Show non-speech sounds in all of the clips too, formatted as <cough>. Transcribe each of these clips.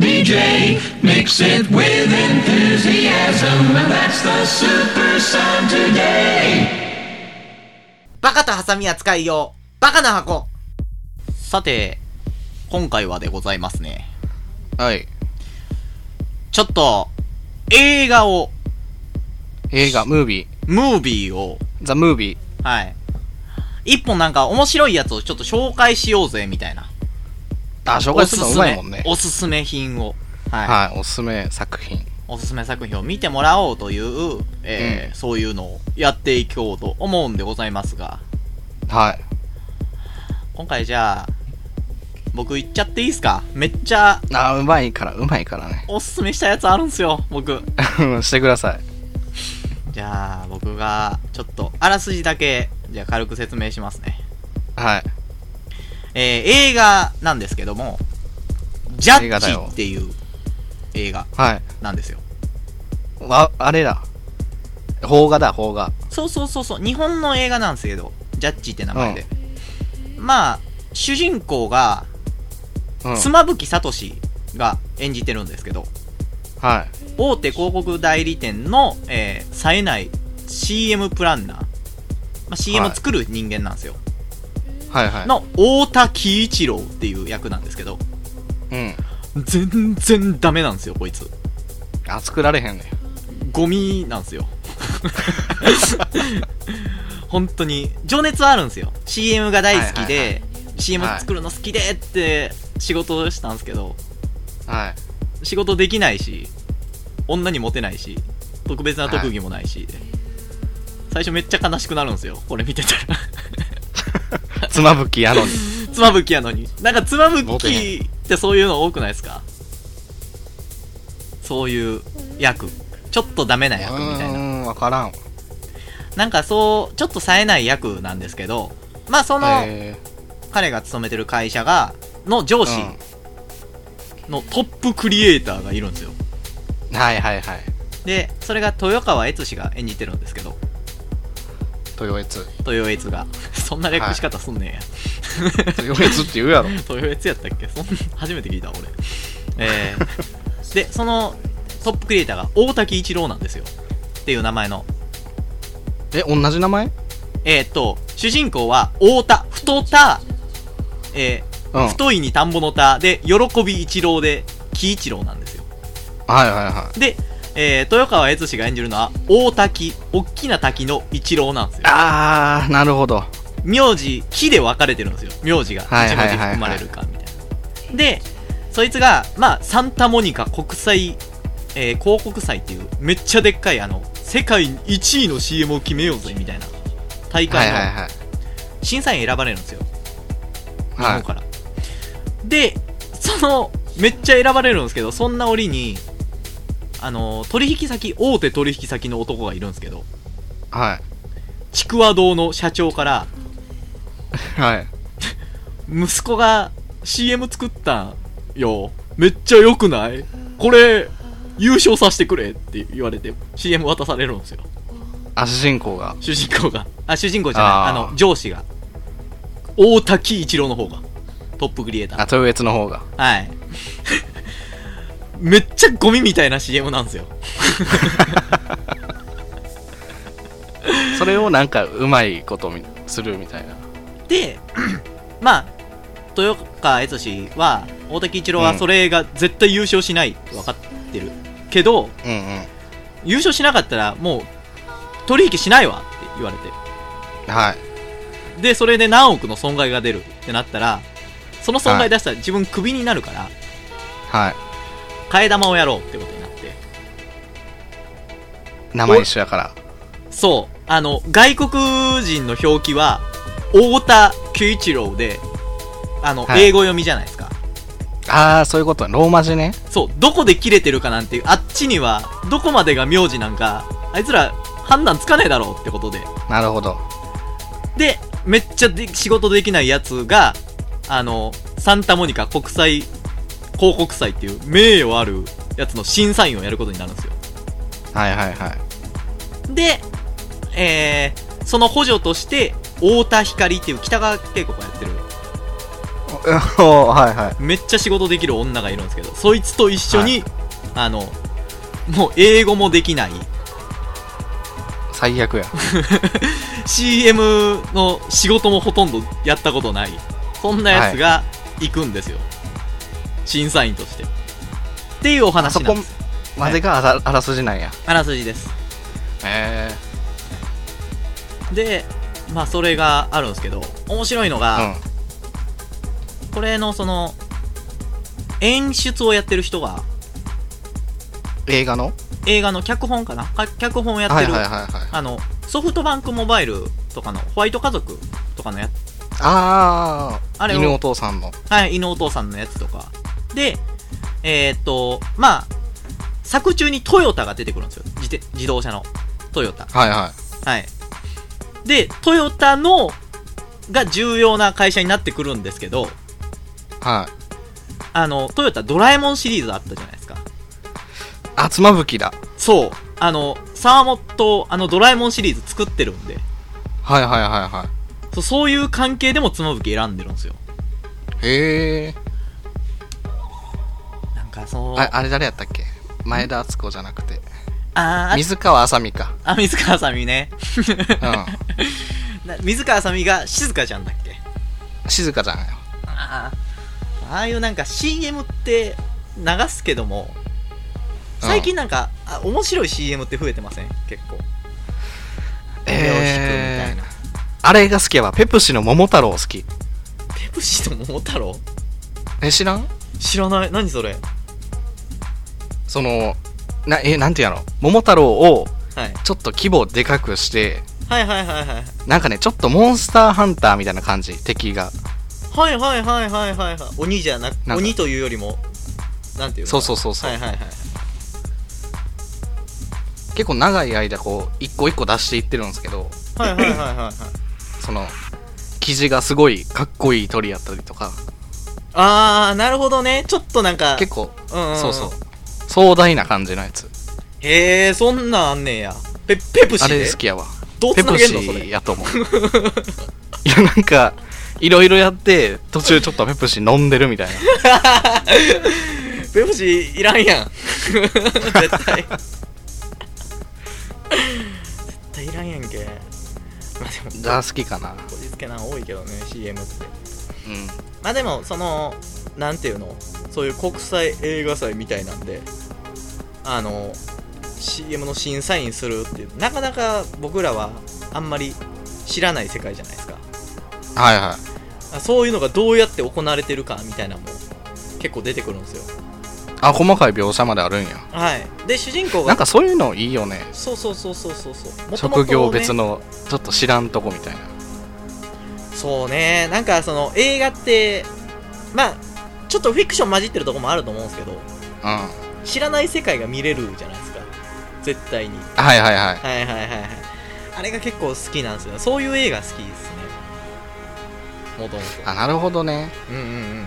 DJ makes it with enthusiasm, and that's the super sound today. バカとハサミは使いよう。バカな箱。さて、今回はでございますね。はい。ちょっと、映画を、映画、ムービー。ムービーを、ザ・ムービー。はい。一本なんか面白いやつをちょっと紹介しようぜ、みたいな。あ、紹介するのうまいもんね。おすすめ品を。はい。はい、おすすめ作品。おすすめ作品を見てもらおうという、えーうんそういうのをやっていこうと思うんでございますが、はい。今回じゃあ、僕行っちゃっていいっすかめっちゃあ、うまいから、うまいからね。おすすめしたやつあるんすよ、僕。うん <laughs> してください。じゃあ、僕が、ちょっと、あらすじだけ、じゃあ軽く説明しますね。はい。えー、映画なんですけども、ジャ映画だッよジっていう映画はい。なんですよ。わ、あれだ。邦画だ、邦画。そうそうそうそう、日本の映画なんですけど、ジャッジって名前で。まあ、主人公が、うん。妻夫木聡が演じてるんですけど、は大手広告代理店の、えー、冴えない CM プランナー、まあ、CM はい作る人間なんですよ。い。はいはい。の、太田喜一郎っていう役なんですけど、うん。全然ダメなんですよ、こいつ。あ、作られへんね。ゴミなんですよ。 <laughs> 本当に。情熱はあるんですよ。CM が大好きはいはで、CM 作るの好きでって仕事をしたんですけど、はい。仕事できないし、女にモテないし、特別な特技もないし、で最初めっちゃ悲しくなるんですよ。これ見てたら。 <laughs> 妻夫木や <laughs> のに。妻夫木やのに。なんか妻夫モテへ木ってそういうの多くないですかそういう役。ちょっとダメな役みたいなう。ん、わからん。なんかそう、ちょっと冴えない役なんですけど、まあその、え彼が勤めてる会社が、の上司のトップクリエイターがいるんですよ。ー、はいはいはい。で、それが豊川悦司が演じてるんですけど、豊悦。豊悦が。 <laughs> そんな略し方すんねんや。豊悦って言うや <laughs> ろ。豊悦やったっけそん初めて聞いた、俺。えー、で、そのトップクリエイターが大滝一郎なんですよ。っていう名前の。 <laughs> え、同じ名前えーっと、主人公は大田、太田、えー、うん。はい太いに田んぼの田で、喜び一郎で、喜一郎なんですよ。はいはで、えー、豊川悦司が演じるのは、大滝、大きな滝の一郎なんですい。よ。あー、なるほど。名字、木で分かれてるんですよ。名字が、一はい文はいはいはい字含まれるか、みたいな。で、そいつが、まあ、サンタモニカ国際、えー、広告祭っていう、めっちゃでっかい、あの、世界1位の CM を決めようぜ、みたいな、大はい会はいのはい。審査員選ばれるんですよ。日は本から、でそのめっちゃ選ばれるんですけどそんな折にあの取引先大手取引先の男がいるんですけどい。はい。ちくわ堂の社長からはい。息子が CM 作ったんよめっちゃ良くないこれ優勝させてくれって言われて CM 渡されるんですよあ、主人公が。主人公があ主人公じゃないああーの上司が大滝一郎の方がトップクリエイターあ、豊悦の方が。はい。 <laughs> めっちゃゴミみたいな CM なんですよ。それをなんか、うまいことみするみたいな。で、 <clears throat> まあ、豊川悦司は、大竹一郎はそれが絶対優勝しないって分かってる。けど、うんうん。優勝しなかったらもう、取引しないわって言われて。はい。で、それで何億の損害が出るってなったら、その損害出したら自分クビになるから、はい。替え玉をやろうってことになって。名前一緒やから。そう。あの、外国人の表記は、太田久一郎で、あの、はい英語読みじゃないですか。あー、そういうことねローマ字ね。そう、どこで切れてるかなんていう、あっちには、どこまでが名字なんか、あいつら判断つかねえだろうってことで。なるほど。で、めっちゃで仕事できないやつが、あの、サンタモニカ国際広告祭っていう名誉あるやつの審査員をやることになるんですよ。はいはいはい。で、えー、その補助として、太田光っていう北川景子がやってるおはいはい。めっちゃ仕事できる女がいるんですけどそいつと一緒に、あのもう英語もできない最悪や。 CM の仕事もほとんどやったことないそんなやつが行くんですよ、審査員としてっていうお話そなこんですまでがあらあらすじなんや。あらすじですへでまあそれがあるんですけど面白いのえ。うが、ん。これのその演出をやってる人が映画の映画の脚本かなか脚本をやっはいてる、はいはいはい。あのソフトバンクモバイルとかのホワイト家族とかのやつあああ、れを犬お父さんの。はい、犬お父さんのやつとか。で、えーっと、まあ、作中にトヨタが出てくるんですよ。自て自動車の。トヨタ。はいははい。で、トヨタの、が重要な会社になってくるんですけど、い。はい。あの、トヨタドラえもんシリーズあったじゃないですか。あ、つまぶきだ。そう。あの、沢本、あの、ドラえもんシリーズ作ってるんで、はいはいはそうそういう関係でも妻夫木選んでるんですよ。いはい。へえ。なんか、その、ああれ誰やったっけ前田敦子じゃなくて。あー水川あさみか。あ、水川あさみね。 <laughs> うな水川あさみが静香ちゃんだっけん。静かじゃんよ。ああああいうなんか CM って流すけども最近なんか、あ面白い CM って増えてません結構手を引くみたいえな、ーあれが好きやわ。ペプシの桃太郎好き。ペプシと桃太郎え、知らん知らない何それその、な、え、なんていうの桃太郎をはい、ちょっと規模でかくして、はいはいはいはいなんかね、ちょっとモンスターハンターみたいな感じ、敵が。はいはいはいはいはいはい鬼じゃなくなんか鬼というよりもなんていうのそうそうそうそうはいはいはい結構長い間、こう、一個一個出していってるんですけど、はいはいはいはいはいその、生地がすごいかっこいい鳥やったりとか、ああなるほどねちょっとなんか結構、うんんんそうそう、壮大な感じのやつ。へえそんなんあんねんやペペプシあでれ好きやわ。どうつペなプげんのそれシやと思う。 <laughs> いや、なんか、いろいろやって、途中ちょっとペプシ飲んでるみたいな。 <laughs> ペプシいらん <laughs> やん絶対絶対いらんやんけまあでもが好きかな。こじつけなん多いけどね CM ってうん。まあでもそのなんていうのそういう国際映画祭みたいなんであの CM の審査員するっていうなかなか僕らはあんまり知らない世界じゃないですかはいはい。あそういうのがどうやって行われてるかみたいなのも結構出てくるんですよあ、細かい描写まであるんや。はいで主人公ながんかそういうのいいよね。そうそうそうそうそうそう元々ね職業別のちょっと知らんとこみたいな。そうねなんかその映画ってまあちょっとフィクション混じってるとこもあると思うんですけどうん。知らない世界が見れるじゃないですか絶対にはいはいはい。はいはいはいはいあれが結構好きなんですよそういう映画好きですねもともとあ、なるほどね。うんうんうんうん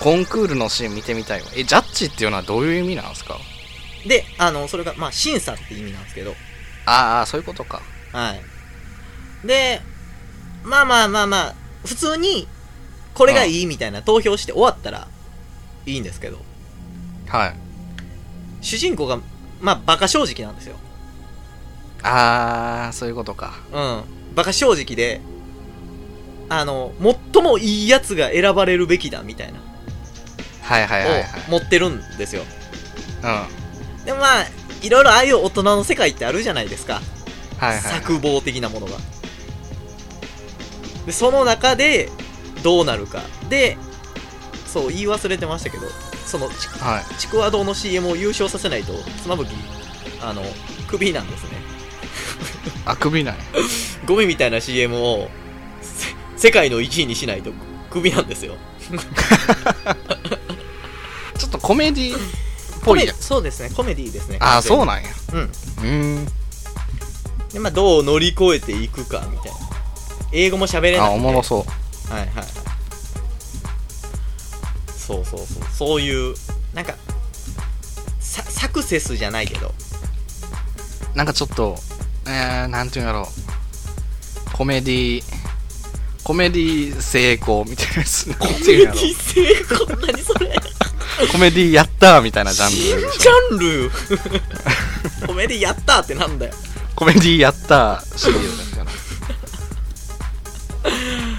コンクールのシーン見てみたいわ。え、ジャッジっていうのはどういう意味なんですかであのそれがまあ審査って意味なんですけどああ、そういうことか。はいでまあまあまあまあ普通にこれがいいみたいな投票して終わったらいいんですけどはい。主人公がまあバカ正直なんですよああ、そういうことか。うんバカ正直であの最もいいやつが選ばれるべきだみたいなはいはいはいを持ってるんですよはい。でもまあいろいろああいう大人の世界ってあるじゃないですかうん。はいはい。作望的なものがでその中でどうなるかでそう言い忘れてましたけどそのちはい。ちくわ堂の CM を優勝させないと妻夫木あのクビなんですねあくびなんや。ゴミみたいな CM をせ世界の1位にしないとクビなんですよちょっとコメディっぽいやコメそうですねコメディーですねああ、そうななんや。うんうーん。でまあどう乗り越えていくかみたいな英語も喋れないあ、おもろそう。はいはいはいそうそうそうそういうなんかササクセスじゃないけ <laughs> どなんかちょっと、えー、なんていうんだろう。コメディコメディ成功みたいなやつココメディ成功何それコメディやったーみたいなジャン新ルジでしょャンル <laughs> コメディやったーってなんだよコメディやったーシリーズみたいな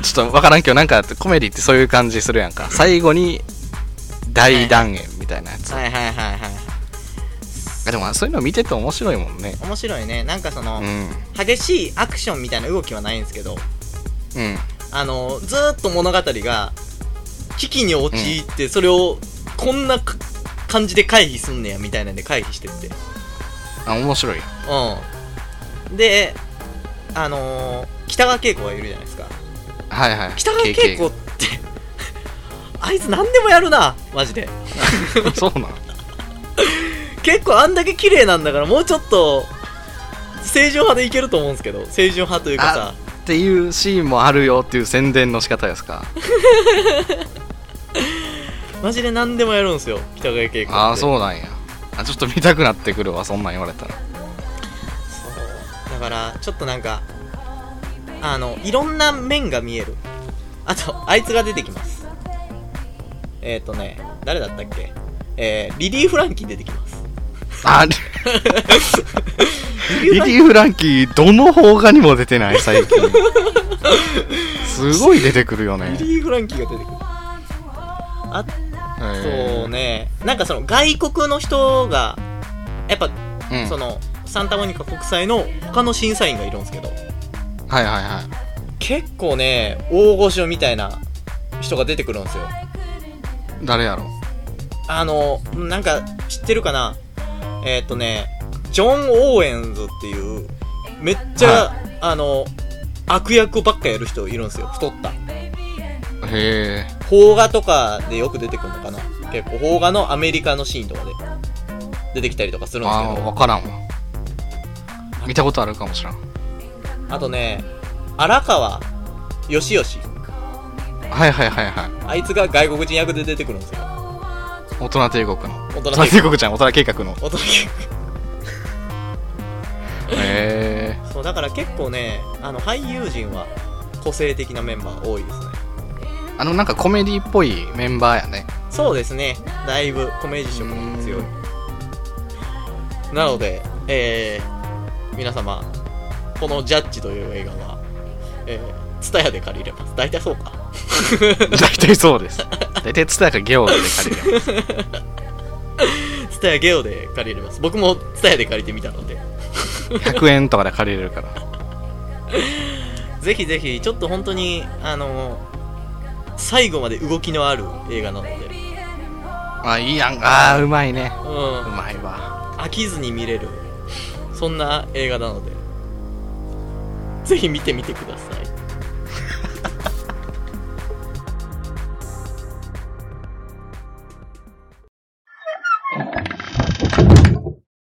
ちょっと分からんけどなんかコメディってそういう感じするやんか最後に大断言みたいなやつ、はいはいはいはいあでもそういうの見てて面白いもんね面白いねなんかその、うん激しいアクションみたいな動きはないんですけどうんあのずーっと物語が危機に陥って、それをこんなか感じで回避すんねやみたいなんで回避してってあ面白いうんであのー、北川景子がいるじゃないですかはいはい北川景子ってあいつ何でもやるなマジで KK <laughs> そうなん結構あんだけ綺麗なんだからもうちょっと正常派でいけると思うんですけど正常派というかさっていうシーンもあるよっていう宣伝の仕方で <laughs> すかマジで何でもやるんですよ北川景子ってああそうなんやあちょっと見たくなってくるわそんなん言われたらそうだからちょっとなんかあのいろんな面が見えるあとあいつが出てきますえっ、ー、とね誰だったっけえー、リリー・フランキー出てきますあ <laughs> リリリー・フランキリー・フランキーどの邦画にも出てない最近すごい出てくるよねーリリーフランキーが出てくるあとねなんかその外国の人がやっぱ、うんそのサンタモニカ国際の他の審査員がいるんですけどはいはいはい結構ね大御所みたいな人が出てくるんですよ誰やろあの、なんか知ってるかなえーっ、とね、ジョン・オーエンズっていう、めっちゃ、はあの、悪役ばっかやる人いるんですよ、太った。へえ邦画とかでよく出てくるのかな結構、邦画のアメリカのシーンとかで出てきたりとかするんですけあど、分からんわ見たことあるかもしらんあとね、荒川よしよし。はいはいはいはいあいつが外国人役で出てくるんですよ。大人帝国の大人大人帝国じゃん大人計画の大人へえそう、だから結構ね、あの、俳優陣は個性的なメンバー多いですね。あのなんかコメディっぽいメンバーや <laughs> ねそうですね。だいぶコメディ色も強い。なので、えー、皆様、このジャッジという映画は、えー、ツタヤで借りれます。大体そうか。大体そうです大体蔦屋かゲオで借りるやツタヤゲオで借りれます。僕もツタヤで借りてみたので、ん100円とかで借りれるからぜひぜひ、ちょっと本当に、あの最後まで動きのある映画なので、 <laughs> あいいやんあーうまいねう、うんまいわ飽きずに見れる、そんな映画なので、ぜひ見てみてください。